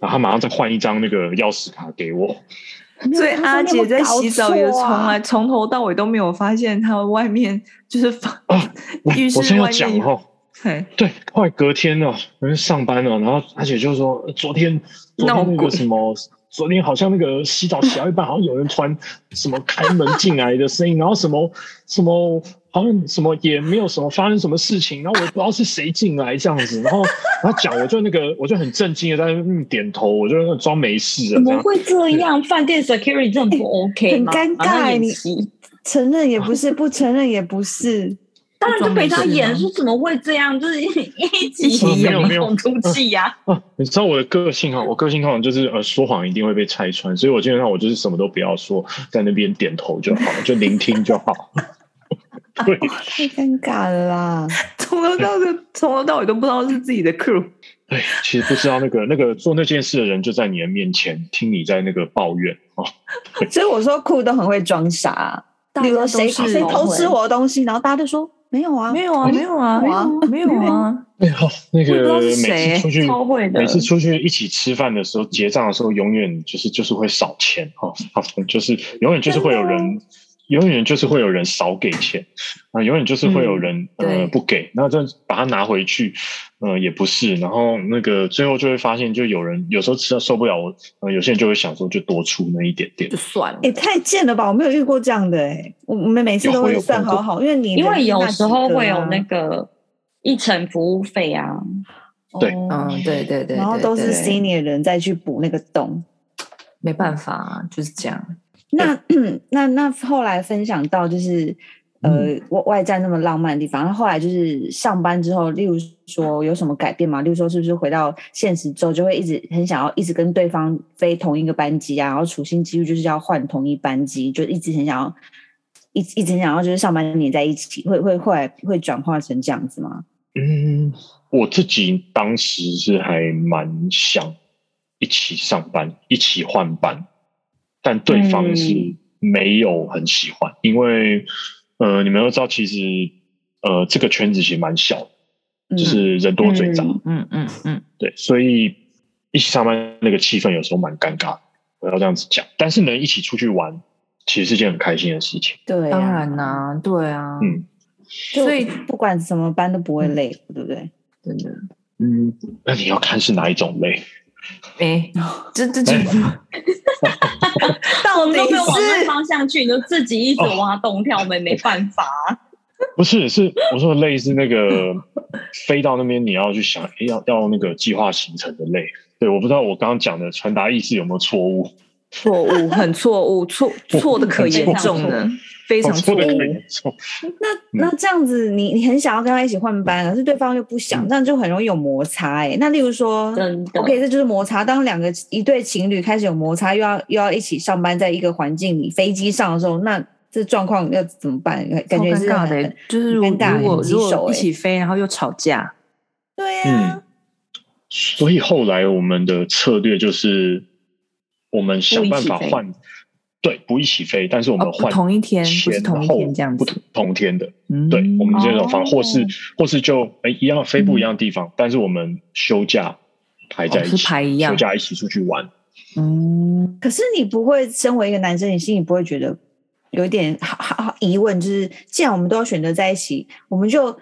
Speaker 4: 然后他马上再换一张那个钥匙卡给我，
Speaker 3: 所以阿姐在洗澡
Speaker 1: 啊
Speaker 3: 也从来
Speaker 1: 来
Speaker 3: 从头到尾都没有发现她外面就是房
Speaker 4: 啊
Speaker 3: 浴
Speaker 4: 我
Speaker 3: 室
Speaker 4: 真要
Speaker 3: 外
Speaker 4: 讲
Speaker 3: 面有。
Speaker 4: 哦，
Speaker 3: 嘿
Speaker 4: 对，后来隔天呢、我就上班哦了，然后而且就是说，呃昨天昨
Speaker 3: 闹
Speaker 4: 天那
Speaker 3: 鬼
Speaker 4: 个什么，昨天好像那个洗澡洗到一半，好像有人突然什么开门进来的声音，然后什么什么，好像什么也没有什么发生什么事情，然后我也不知道是谁进来这样子，然后然后讲我就那个我就很震惊的在那边点头，我就那装没事啊
Speaker 2: 怎
Speaker 4: 了这
Speaker 2: 么
Speaker 4: 样。
Speaker 2: 会这样？饭店 security 真的不 OK 吗？
Speaker 1: 哎很尴尬
Speaker 2: 啊那演
Speaker 1: 你
Speaker 2: 戏
Speaker 1: 承认也不是，不承认也不是，
Speaker 2: 当然就被他演
Speaker 3: 装没事
Speaker 2: 说怎么会这样？ 就是一起
Speaker 4: 哦没有
Speaker 2: 演
Speaker 4: 没有
Speaker 2: 孔出气呀！
Speaker 4: 啊，你知道我的个性哈，我个性通常就是呃说谎一定会被拆穿，所以我基本上我就是什么都不要说，在那边点头就好，就聆听就好。对，
Speaker 1: 太尴尬了啦！
Speaker 3: 从头到尾，从头到尾都不知道是自己的 crew。
Speaker 4: 对，其实不知道那个那个做那件事的人就在你的面前，听你在那个抱怨啊、哦
Speaker 1: 所以我说酷都很会装傻啊，
Speaker 3: 大
Speaker 1: 例
Speaker 3: 家
Speaker 1: 如
Speaker 3: 都
Speaker 1: 谁
Speaker 3: 是
Speaker 1: 谁偷吃我的东东西，然后大家都说没有啊，
Speaker 3: 没有啊，没有啊，没有啊，没有啊，
Speaker 4: 哎好，那
Speaker 3: 我也不知
Speaker 4: 个
Speaker 3: 道是
Speaker 4: 每
Speaker 3: 谁
Speaker 4: 次出去
Speaker 2: 超会的
Speaker 4: 每次出去一起吃饭的时候，结账的时候永远就是就是会少钱哦，好就是永远就是会有人。永远就是会有人少给钱啊、永远就是会有人、
Speaker 3: 嗯对
Speaker 4: 呃不给，那这把它拿回去，呃也不是，然后那个最后就会发现，就有人有时候吃到受不了，我、呃、有些人就会想说就多出那一点点
Speaker 3: 就，算了
Speaker 1: 哎、。太贱了吧！我没有遇过这样的哎、我我们每次都
Speaker 4: 有我
Speaker 1: 会
Speaker 4: 有
Speaker 1: 算
Speaker 4: 碰过
Speaker 1: 好好，因为你
Speaker 2: 因为有时候会有
Speaker 1: 那
Speaker 2: 那
Speaker 1: 啊
Speaker 2: 个一层服务费啊，
Speaker 4: 对
Speaker 1: 哦
Speaker 3: 嗯，对对对，
Speaker 1: 然后
Speaker 3: 对
Speaker 1: 都是
Speaker 3: 对
Speaker 1: senior 人再去补那个洞。
Speaker 3: 没办法啊，就是这样。
Speaker 1: 那那 那后来分享到就是呃
Speaker 3: 嗯
Speaker 1: 外外在那么浪漫的地方，然后后来就是上班之后，例如说有什么改变吗？例如说是不是回到现实之后，就会一直很想要一直跟对方飞同一个班机啊，然后处心积虑就是要换同一班机，就一直很想要一一直很想要就是上班黏在一起，会会后来会转化成这样子吗？
Speaker 4: 嗯，我自己当时是还蛮想一起上班，一起换班，但对方是
Speaker 2: 嗯
Speaker 4: 没有很喜欢，因为呃，你们都知道，其实呃，这个圈子其实蛮小的，
Speaker 1: 嗯
Speaker 4: 就是人多嘴杂，
Speaker 2: 嗯
Speaker 3: 嗯嗯嗯
Speaker 4: 对，所以一起上班那个气氛有时候蛮尴尬的，我要这样子讲。但是能一起出去玩，其实是件很开心的事情。
Speaker 1: 对、
Speaker 3: 嗯，
Speaker 1: 啊，
Speaker 3: 当然啦、对啊，
Speaker 4: 嗯
Speaker 1: 就
Speaker 3: 所以嗯
Speaker 1: 不管什么班都不会累，对不对？
Speaker 3: 真的，
Speaker 4: 嗯，那你要看是哪一种类。
Speaker 3: 哎、这这这，
Speaker 2: 但我们都没有往
Speaker 3: 等一
Speaker 2: 那
Speaker 3: 次
Speaker 2: 方向去，你就自己一直
Speaker 4: 哦
Speaker 2: 挖洞跳，我们也没办法啊。
Speaker 4: 不是，是我说的类是那个飞到那边，你要去想，诶要要那个计划行程的类。对，我不知道我刚刚讲的传达意思有没有错误，
Speaker 3: 错误很错误，错错的可严重呢，非常
Speaker 4: 我
Speaker 3: 错
Speaker 4: 错
Speaker 3: 误
Speaker 4: 的。哦很严重。
Speaker 1: 那那这样子你，你很想要跟他一起换班，可是对方又不想，
Speaker 4: 嗯
Speaker 1: 这样就很容易有摩擦、欸。哎，那例如说
Speaker 2: 真的
Speaker 1: ，OK，这就是摩擦。当两个一对情侣开始有摩擦，又要又要一起上班，在一个环境里，飞机上的时候，那这状况要怎么办？感
Speaker 3: 超
Speaker 1: 觉
Speaker 3: 尴
Speaker 1: 是
Speaker 3: 尬
Speaker 1: 很
Speaker 3: 的、欸就是如
Speaker 1: 很尴尬
Speaker 3: 如果
Speaker 1: 很棘
Speaker 3: 如
Speaker 1: 手
Speaker 3: 果
Speaker 1: 欸
Speaker 3: 一起飞，然后又吵架，
Speaker 1: 对啊呀、
Speaker 3: 啊
Speaker 4: 嗯，所以后来我们的策略就是，我们想办法
Speaker 3: 不一起飞
Speaker 4: 换，对，不一起飞，但是我
Speaker 3: 哦
Speaker 4: 们，
Speaker 3: 不
Speaker 4: 换
Speaker 3: 同一天，不是
Speaker 4: 前
Speaker 3: 同一
Speaker 4: 后
Speaker 3: 天这样
Speaker 4: 不
Speaker 3: 子，
Speaker 4: 同天的，
Speaker 3: 嗯，
Speaker 4: 对，我们这种
Speaker 2: 哦
Speaker 4: 方，或是或是就哎一样飞不一样的地方，但是我们休假排在
Speaker 3: 嗯
Speaker 4: 一
Speaker 3: 哦
Speaker 4: 起，
Speaker 3: 是排一样
Speaker 4: 休假一起出去玩。
Speaker 3: 嗯，
Speaker 1: 可是你不会，身为一个男生，你心里不会觉得有一点好好好疑问，就是既然我们都要选择在一起，我们就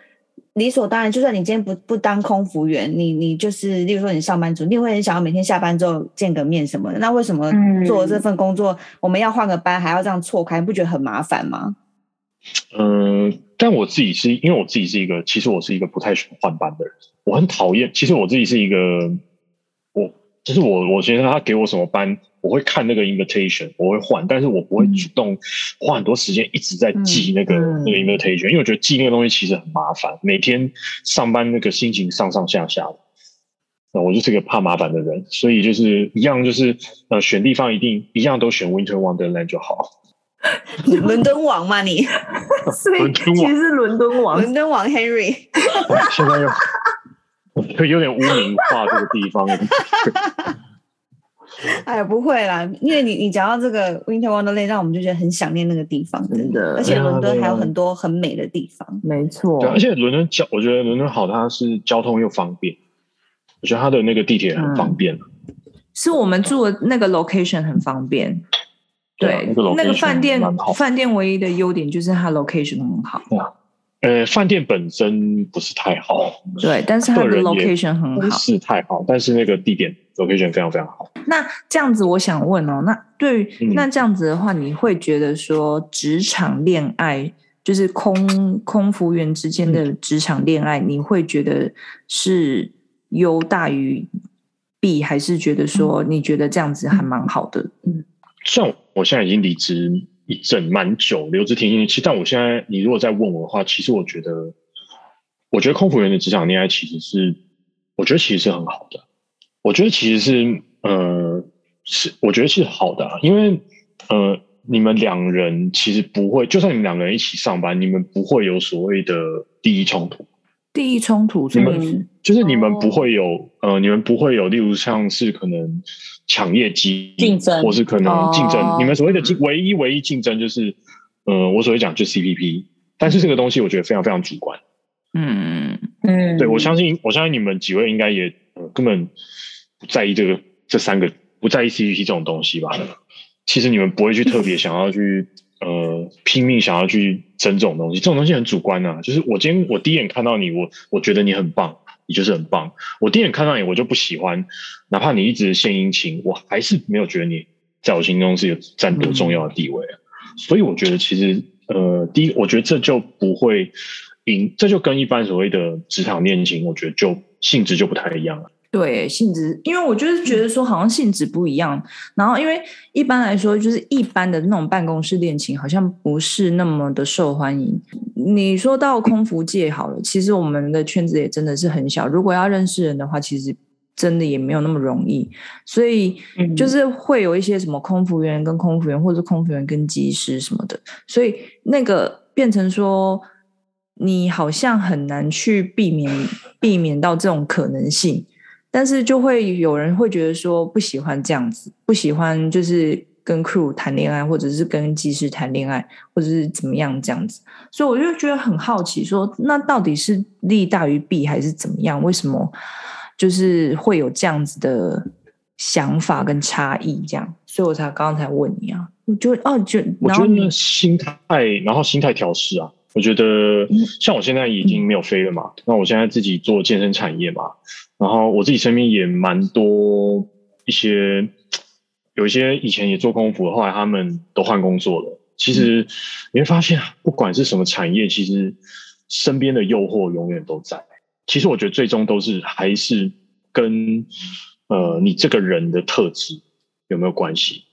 Speaker 1: 理所当然，就算你今天不不当空服员，你你就是，例如说你上班族，你会很想要每天下班之后见个面什么的，那为什么
Speaker 2: 嗯
Speaker 1: 做了这份工作，我们要换个班还要这样错开，你不觉得很麻烦 吗？
Speaker 4: 嗯、但我自己是因为我自己是一个，其实我是一个不太喜欢换班的人，我很讨厌。其实我自己是一个，我就是我，我觉得他给我什么班，我会看那个 invitation，我会换，但是我不会主动花很多时间一直在记那个、
Speaker 3: 嗯嗯嗯
Speaker 4: 那个 invitation，因为我觉得记那个东西其实很麻烦，每天上班那个心情上上下下的。那我就是个怕麻烦的人，所以就是一样，就是呃，选地方一定一样都选 Winter Wonderland 就好。
Speaker 1: 伦敦王嘛你，
Speaker 3: 所以
Speaker 4: 伦敦
Speaker 3: 其
Speaker 4: 网
Speaker 3: 实是伦敦
Speaker 4: 哦
Speaker 3: 王
Speaker 1: 伦敦王 Henry，
Speaker 4: 我现在又我 就有点污名化这个地 方了。
Speaker 1: 哎呀不会啦，因为你你讲到这个 Winter Wonderland，让我们就觉得很想念那个地方，
Speaker 3: 真的
Speaker 1: 而且
Speaker 4: 对啊
Speaker 1: 伦敦
Speaker 4: 对啊
Speaker 1: 还有很多很美的地方。
Speaker 3: 没错
Speaker 4: 对，，而啊且伦敦交，我觉得伦敦好，它是交通又方便，我觉得它的那个地铁很方便。
Speaker 3: 是我们住的那个 location 很方便。
Speaker 4: 啊
Speaker 3: 对
Speaker 4: 那，个
Speaker 3: 那个饭
Speaker 4: location
Speaker 3: 店
Speaker 4: 蛮好，。
Speaker 3: 饭店唯一的优点就是它 location 很好，
Speaker 4: 呃，饭店本身不是太好，
Speaker 3: 对，但是它
Speaker 4: 个
Speaker 3: 的
Speaker 4: 人也
Speaker 3: location 很
Speaker 4: 不
Speaker 3: 好。
Speaker 4: 是太好，但是那个地点 location 非常非常好。
Speaker 3: 那这样子，我想问哦，那对于、
Speaker 4: 嗯
Speaker 3: 那这样子的话，你会觉得说职场恋爱，就是空空服员之间的
Speaker 4: 嗯
Speaker 3: 职场恋爱，你会觉得是优大于弊，还是觉得说
Speaker 4: 嗯
Speaker 3: 你觉得这样子还蛮好的？
Speaker 4: 像我现在已经离职一阵蛮久，留职停薪期，但我现在你如果再问我的话，其实我觉得，我觉得空服员的职场恋爱其实是，我觉得其实是很好的，我觉得其实是呃是我觉得是好的、啊，因为呃你们两人其实不会，就算你们两个人一起上班，你们不会有所谓的利益冲突，
Speaker 3: 第一冲突是不是？
Speaker 4: 就是你们不
Speaker 2: 哦
Speaker 4: 会有、呃，你们不会有，例如像是可能抢业绩
Speaker 2: 竞争嗯
Speaker 4: 或是可能竞争。
Speaker 3: 哦
Speaker 4: 你们所谓的竞，唯一唯一竞争就是，呃，我所谓讲就是 CPP，但是这个东西我觉得非常非常主观。
Speaker 3: 嗯，
Speaker 2: 嗯，
Speaker 4: 对我相信，我相信你们几位应该也、呃、根本不在意这个这三个，不在意 CPP 这种东西吧？其实你们不会去特别想要去呃拼命想要去争这种东西，这种东西很主观啊。就是我今天我第一眼看到你，我我觉得你很棒，你就是很棒。我第一眼看到你，我就不喜欢，哪怕你一直献殷勤，我还是没有觉得你在我心中是有占多重要的地位啊。所以我觉得其实呃，第一，我觉得这就不会赢，这就跟一般所谓的职场恋情，我觉得就性质就不太一样了。
Speaker 3: 对，性质，因为我就是觉得说好像性质不一样，然后因为一般来说就是一般的那种办公室恋情好像不是那么的受欢迎。你说到空服界好了，其实我们的圈子也真的是很小，如果要认识人的话，其实真的也没有那么容易，所以
Speaker 2: 嗯
Speaker 3: 就是会有一些什么空服员跟空服员，或者空服员跟机师什么的，所以那个变成说。你好像很难去避免避免到这种可能性，但是就会有人会觉得说不喜欢这样子，不喜欢就是跟 crew 谈恋爱，或者是跟技师谈恋爱，或者是怎么样这样子。所以我就觉得很好奇说，那到底是利大于弊还是怎么样？为什么就是会有这样子的想法跟差异？这样，所以我才刚才问你啊，我就哦，就
Speaker 4: 我
Speaker 3: 然
Speaker 4: 觉
Speaker 3: 后你
Speaker 4: 得心态，然后心态调试啊。我觉得
Speaker 3: 嗯
Speaker 4: 像我现在已经没有飞了嘛，那我现在自己做健身产业嘛，然后我自己身边也蛮多一些，有一些以前也做空服的，后来他们都换工作了。
Speaker 3: 嗯
Speaker 4: 其实你会发现，啊不管是什么产业，其实身边的诱惑永远都在。其实我觉得最终都是还是跟呃你这个人的特质有没有关系。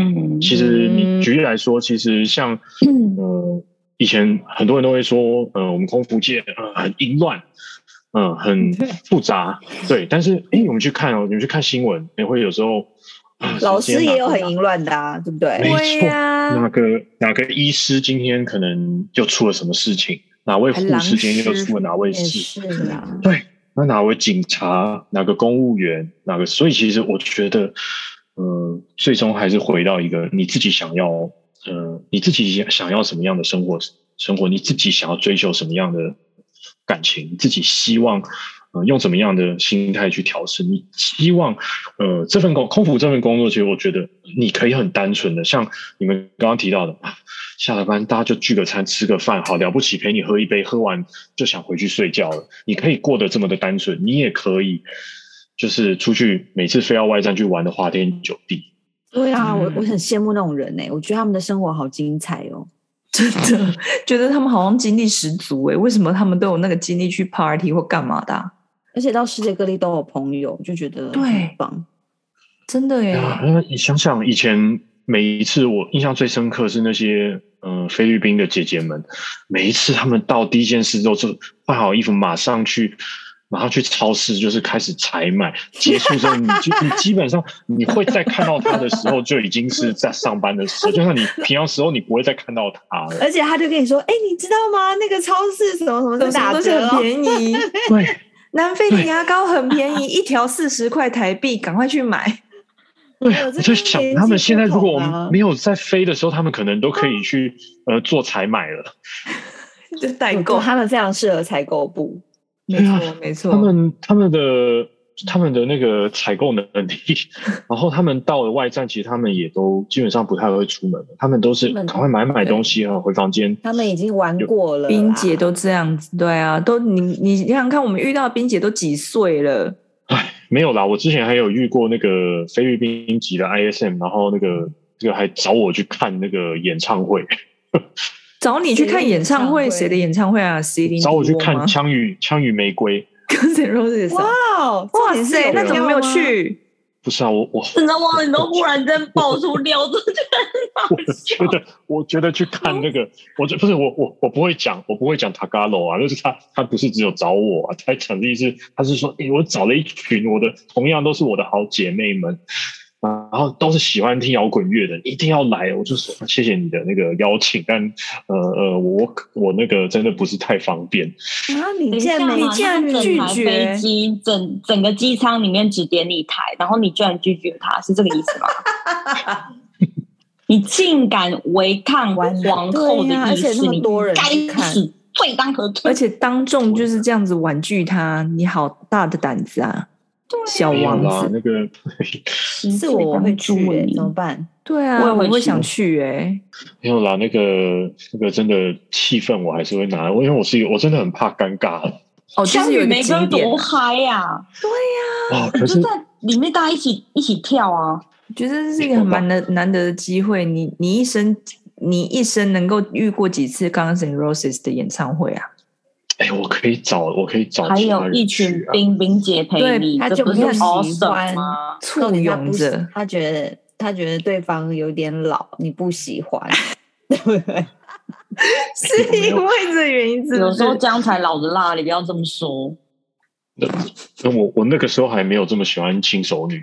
Speaker 2: 嗯，
Speaker 4: 其实
Speaker 1: 嗯
Speaker 4: 你举例来说，其实像呃，以前很多人都会说，呃，我们空服界呃很淫乱，嗯、很复杂，对。但是，哎、我们去看哦，你们去看新闻，你会有时候、啊
Speaker 1: 老师也有很
Speaker 4: 淫
Speaker 1: 淫乱的啊，对不对？
Speaker 4: 没错
Speaker 3: 对呀、
Speaker 4: 哪个哪个医师今天可能又出了什么事情，哪位护
Speaker 3: 还狼
Speaker 4: 士今天又
Speaker 3: 师
Speaker 4: 出了哪位
Speaker 1: 也
Speaker 4: 事，
Speaker 1: 是啊，
Speaker 4: 那哪位警察、哪个公务员、哪个，所以其实我觉得，呃，最终还是回到一个你自己想要，呃，你自己想要什么样的生活，生活你自己想要追求什么样的感情，你自己希望，呃，用怎么样的心态去调试，你希望，呃，这份工空服这份工作，其实我觉得你可以很单纯的，像你们刚刚提到的，啊下了班大家就聚个餐吃个饭，好了不起陪你喝一杯，喝完就想回去睡觉了。你可以过得这么的单纯，你也可以就是出去每次非要外站去玩的花天酒地。
Speaker 1: 对啊，我
Speaker 3: 嗯
Speaker 1: 我很羡慕那种人哎、我觉得他们的生活好精彩哦。
Speaker 3: 真的觉得他们好像精力十足欸诶、为什么他们都有那个精力去 party 或干嘛的啊、
Speaker 1: 而且到世界各地都有朋友，就觉得
Speaker 3: 对
Speaker 1: 很棒。
Speaker 3: 真的欸耶、
Speaker 4: 啊，那你想想以前每一次我印象最深刻是那些呃菲律宾的姐姐们，每一次她们到第一件事都是换好衣服马上去。马上去超市，就是开始采买。结束之后，你基你基本上你会再看到她的时候，就已经是在上班的时候。就像你平常时候，你不会再看到她了。
Speaker 1: 而且他就跟你说：“哎、你知道吗？那个超市什么什么
Speaker 3: 什
Speaker 1: 在
Speaker 3: 么
Speaker 1: 打
Speaker 3: 东西
Speaker 1: 折
Speaker 3: 很
Speaker 1: 哦。
Speaker 3: 便宜，
Speaker 4: 对，
Speaker 3: 南非的牙膏很便宜，一条四十块台币，赶快去买。
Speaker 4: 对，
Speaker 1: 有
Speaker 4: 我
Speaker 1: 这
Speaker 4: 就
Speaker 1: 个
Speaker 4: 想
Speaker 1: 年
Speaker 4: 他们
Speaker 1: 纪
Speaker 4: 现
Speaker 1: 不
Speaker 4: 在如
Speaker 1: 同
Speaker 4: 果我
Speaker 1: 啊
Speaker 4: 们没有在飞的时候，他们可能都可以去呃做采买了。
Speaker 3: 就代
Speaker 1: 我觉
Speaker 3: 购
Speaker 1: 得，他们非常适合采购部，
Speaker 3: 没
Speaker 4: 对啊
Speaker 3: 错没
Speaker 4: 他
Speaker 3: 错，
Speaker 4: 们他们的他们的那个采购能力，然后他们到了外站，其实他们也都基本上不太会出门，他们都是
Speaker 1: 他们
Speaker 4: 赶快买买东西啊，回房间。
Speaker 1: 他们已经玩过了啦。
Speaker 3: 冰姐都这样子，对啊，都你你想想看，我们遇到的冰姐都几岁了？
Speaker 4: 唉，没有啦，我之前还有遇过那个菲律宾籍的 ISM，然后那个这个还找我去看那个演唱会，
Speaker 3: 找你去看演唱会，谁
Speaker 1: 谁
Speaker 3: 的
Speaker 1: 的
Speaker 3: 演唱会啊 c e l i
Speaker 4: 找我去看《
Speaker 3: 吗
Speaker 4: 枪与枪与玫瑰》。
Speaker 3: ？Guns N' Roses 啊。
Speaker 1: 哇哦，重
Speaker 3: 哇
Speaker 1: 点是
Speaker 3: 塞，
Speaker 1: 有
Speaker 3: 那怎么没有
Speaker 1: 票吗？
Speaker 3: 去？
Speaker 4: 不是啊，我我
Speaker 2: 你知道吗？你都忽然间爆出料，真的
Speaker 4: 我觉得，我觉得去看那个，我这不是我我我不会讲，我不会讲 Tagalo 啊，就是他他不是只有找我啊，他讲的意思他是说，诶、我找了一群我的同样都是我的好姐妹们，啊然后都是喜欢听摇滚乐的，一定要来，我就说谢谢你的那个邀请，但呃呃，我我那个真的不是太方便，
Speaker 1: 啊，你竟然没
Speaker 3: 你竟然
Speaker 2: 等一下嘛
Speaker 3: 拒
Speaker 2: 他整
Speaker 3: 绝
Speaker 2: 台飞机整整个机舱里面只点你一台，然后你居然拒绝他，是这个意 思吗？你竟敢违抗
Speaker 1: 完
Speaker 2: 皇后
Speaker 1: 对呀啊
Speaker 2: 的
Speaker 1: 而
Speaker 2: 意
Speaker 1: 且
Speaker 2: 思，
Speaker 1: 那么多人
Speaker 2: 你该
Speaker 1: 看
Speaker 2: 死，罪当何罪
Speaker 3: 而？且当众就是这样子婉拒他，你好大的胆子啊，小
Speaker 4: 没有
Speaker 3: 王
Speaker 4: 啦，
Speaker 3: 子！
Speaker 4: 那个
Speaker 1: 是我我会去、欸，怎么办？
Speaker 3: 对啊，
Speaker 2: 我也
Speaker 3: 我
Speaker 2: 会
Speaker 3: 会
Speaker 2: 去
Speaker 3: 想去哎、
Speaker 4: 没有啦，那个那个真的气氛我还是会拿，因为我是一个我真的很怕尴尬的。
Speaker 3: 哦，就
Speaker 2: 相
Speaker 3: 是有
Speaker 2: 遇
Speaker 3: 一个
Speaker 2: 玫
Speaker 3: 景
Speaker 2: 瑰
Speaker 3: 点
Speaker 2: 多
Speaker 3: 啊，
Speaker 2: 嗨呀！
Speaker 4: 啊，
Speaker 2: 你就
Speaker 4: 可
Speaker 2: 是在里面大家一起一起跳啊！
Speaker 3: 觉得这是一个很蛮难难得的机会。你你一生你一生能够遇过几次 Guns N' Roses 的演唱会啊？
Speaker 4: 哎，我可以找，我可以找
Speaker 2: 还
Speaker 4: 其他
Speaker 2: 有
Speaker 4: 人
Speaker 2: 一
Speaker 4: 去
Speaker 2: 群
Speaker 4: 啊
Speaker 2: 冰冰姐陪你，
Speaker 3: 对
Speaker 1: 他
Speaker 2: 这
Speaker 1: 就
Speaker 2: 不
Speaker 1: 比
Speaker 2: 是
Speaker 1: 较
Speaker 2: awesome
Speaker 1: 喜
Speaker 2: 吗？
Speaker 1: 重
Speaker 3: 簇
Speaker 1: 点他
Speaker 3: 拥
Speaker 1: 不喜
Speaker 3: 着，
Speaker 1: 他觉得他觉得对方有点老，你不喜欢，对不对？
Speaker 3: 是因为这个原因，是
Speaker 2: 有
Speaker 3: 不
Speaker 2: 时候
Speaker 3: 是？
Speaker 2: 这样才老的辣，你不要这么说。
Speaker 4: 那我我那个时候还没有这么喜欢轻熟女，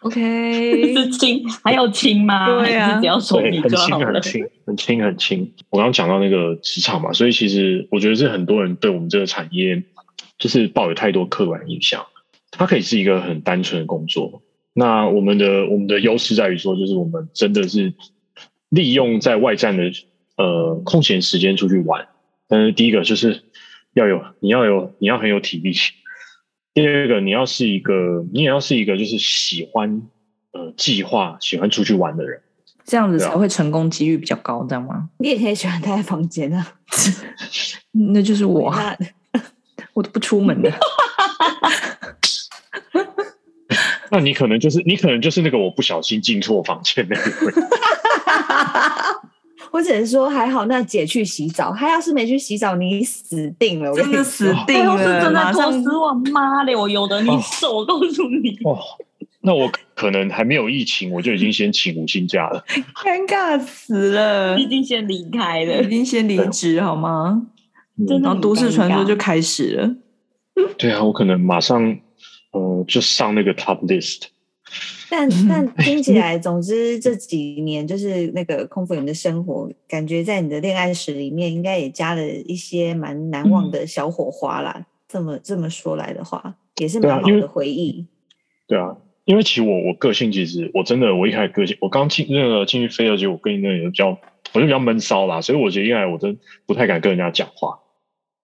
Speaker 3: OK，
Speaker 2: 是亲，还有亲吗？
Speaker 3: 对啊
Speaker 2: 还是只要说
Speaker 4: 对，
Speaker 2: 你
Speaker 4: 很
Speaker 2: 就
Speaker 4: 轻
Speaker 2: 好了
Speaker 4: 很。轻很轻很轻。我刚刚讲到那个职场嘛，所以其实我觉得是很多人对我们这个产业就是抱有太多刻板印象。它可以是一个很单纯的工作，那我们的我们的优势在于说，就是我们真的是利用在外站的呃空闲时间出去玩。但是第一个就是要有，你要有，你要很有体力。第二个，你要是一个，你也要是一个就是喜欢呃计划、喜欢出去玩的人。
Speaker 3: 这样子
Speaker 4: 对啊
Speaker 3: 才会成功几率比较高，知道吗？
Speaker 1: 你也可以喜欢待在房间啊。
Speaker 3: 那就是我啊，
Speaker 1: 那
Speaker 3: 我都不出门的。
Speaker 4: 那你可能就是你可能就是那个我不小心进错房间那个人。
Speaker 1: 我只能说还好，那姐去洗澡，她要是没去洗澡，你死定了。我跟
Speaker 3: 真
Speaker 1: 你
Speaker 3: 的
Speaker 1: 说
Speaker 3: 死
Speaker 4: 说
Speaker 3: 定
Speaker 2: 哎我是
Speaker 3: 了，
Speaker 2: 真
Speaker 3: 马
Speaker 2: 的
Speaker 3: 上
Speaker 2: 公司我妈嘞，我有的你
Speaker 4: 哦
Speaker 2: 手，我告诉你，
Speaker 4: 哦，那我可能还没有疫情，我就已经先请无薪假了。
Speaker 3: 尴尬死 了，
Speaker 2: 毕
Speaker 3: 已
Speaker 2: 竟先离开了，
Speaker 3: 经先离职好吗？
Speaker 2: 真的很
Speaker 3: 然后嗯都市
Speaker 2: 尴
Speaker 3: 传说
Speaker 2: 尬
Speaker 3: 就开始了，
Speaker 4: 对啊，我可能马上呃就上那个 top list。
Speaker 1: 但但听起来，总之这几年就是那个空服员的生活，感觉在你的恋爱史里面，应该也加了一些蛮难忘的小火花啦。这么这么说来的话，也是
Speaker 4: 对
Speaker 1: 蛮
Speaker 4: 啊
Speaker 1: 好
Speaker 4: 因为
Speaker 1: 的回忆。
Speaker 4: 对啊，因为其实我我个性其实我真的我一开始个性，我刚进那个进去飞的时候，我跟那个比较我就比较闷骚啦，所以我觉得一开始我真不太敢跟人家讲话。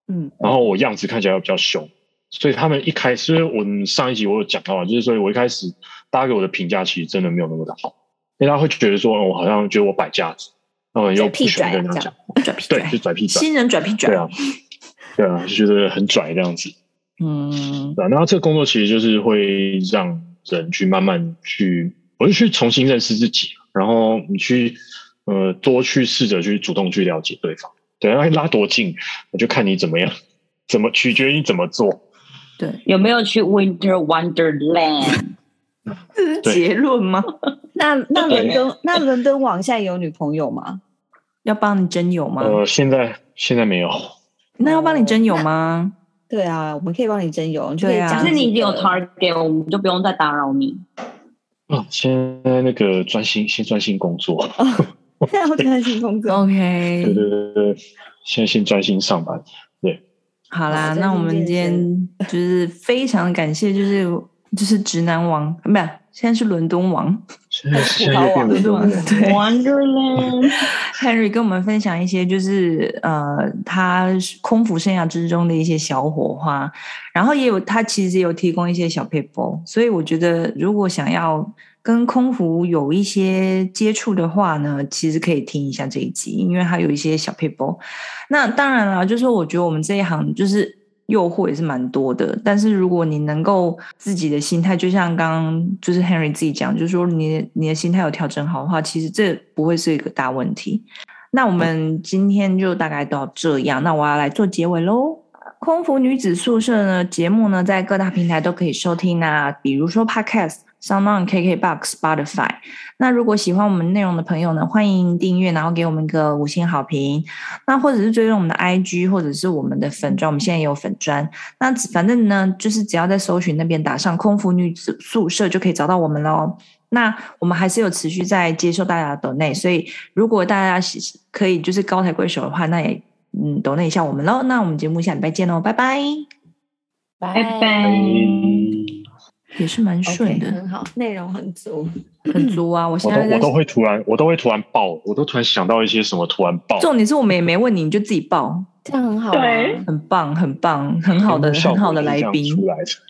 Speaker 1: 嗯，
Speaker 4: 然后我样子看起来又比较凶，所以他们一开始，因为我们上一集我有讲到啊，就是所以我一开始大家给我的评价其实真的没有那么的好，因为大家会觉得说，哦我好像觉得我摆架子，然后又不喜欢跟人家讲，
Speaker 3: 拽 屁
Speaker 4: 对，
Speaker 3: 拽
Speaker 4: 就，拽屁拽，
Speaker 3: 新人拽屁
Speaker 4: 对
Speaker 3: 拽，
Speaker 4: 啊，对啊，就觉得很拽这样子。
Speaker 3: 嗯，
Speaker 4: 对、啊，那这个工作其实就是会让人去慢慢去，我就去重新认识自己，啊然后你去呃多去试着去主动去了解对方，对，然后拉多近，我就看你怎么样，怎么取决于你怎么做。
Speaker 3: 对，
Speaker 2: 有没有去 Winter Wonderland？
Speaker 3: 嗯这是
Speaker 4: 对
Speaker 3: 结论吗？
Speaker 1: 那那
Speaker 2: 对
Speaker 1: 伦敦那伦敦网现在有女朋友吗？
Speaker 3: 要帮你真有吗？
Speaker 4: 呃，现在现在没有，
Speaker 3: 那要帮你真有吗？
Speaker 1: 对啊，我们可以帮你征友，你就可以
Speaker 3: 对啊
Speaker 1: 讲
Speaker 2: 可
Speaker 1: 几
Speaker 2: 是
Speaker 1: 个。
Speaker 2: 你已经有 target，我们就不用再打扰你。
Speaker 4: 啊，现在那个专心先专心工作，
Speaker 1: 那我专心工作。
Speaker 4: 对
Speaker 3: OK，
Speaker 4: 对对对，现在先专心上班。
Speaker 3: 好啦，
Speaker 1: 好
Speaker 3: 那我们
Speaker 1: 最
Speaker 3: 今
Speaker 1: 近健
Speaker 3: 天 就是非常感谢，就是就是直男王，啊不是，现在是伦敦王
Speaker 4: 现在现在又变
Speaker 3: 伦
Speaker 4: 成
Speaker 3: 敦 王，对
Speaker 2: Wonderland，
Speaker 3: Henry 跟我们分享一些就是呃他空服生涯之中的一些小火花，然后也有他其实有提供一些小 paper，所以我觉得如果想要跟空服有一些接触的话呢，其实可以听一下这一集，因为它有一些小 paper。那当然啦，就是我觉得我们这一行就是诱惑也是蛮多的，但是如果你能够自己的心态，就像刚刚就是 Henry 自己讲，就是说你你的心态有调整好的话，其实这不会是一个大问题。那我们今天就大概到这样，那我要来做结尾喽。空服女子宿舍呢节目呢，在各大平台都可以收听啊，比如说 Podcast、SoundOn、KKBox、Spotify。那如果喜欢我们内容的朋友呢，欢迎订阅，然后给我们一个五星好评。那或者是追踪我们的 IG，或者是我们的粉砖，我们现在也有粉砖。那只反正呢，就是只要在搜寻那边打上“空服女子宿舍”就可以找到我们喽。那我们还是有持续在接受大家的抖内，所以如果大家喜可以就是高抬贵手的话，那也嗯抖内一下我们喽。那我们节目下礼拜见喽，拜拜。
Speaker 2: 拜拜。
Speaker 4: 哎
Speaker 3: 也是蛮
Speaker 1: OK，
Speaker 3: 顺的，
Speaker 1: 很好，内容很足。
Speaker 3: 很足啊！我现
Speaker 4: 我
Speaker 3: 在
Speaker 4: 都
Speaker 3: 在
Speaker 4: 我都会突然，我都会突然爆，我都突然想到一些什么，突然爆，
Speaker 3: 重点是我们也没问你，你就自己报，
Speaker 1: 这样很好、啊。
Speaker 2: 对
Speaker 3: 很棒，很棒，很好的，
Speaker 4: 效果
Speaker 3: 很好的
Speaker 4: 就是
Speaker 3: 来
Speaker 4: 这样
Speaker 3: 宾
Speaker 4: 出。来的。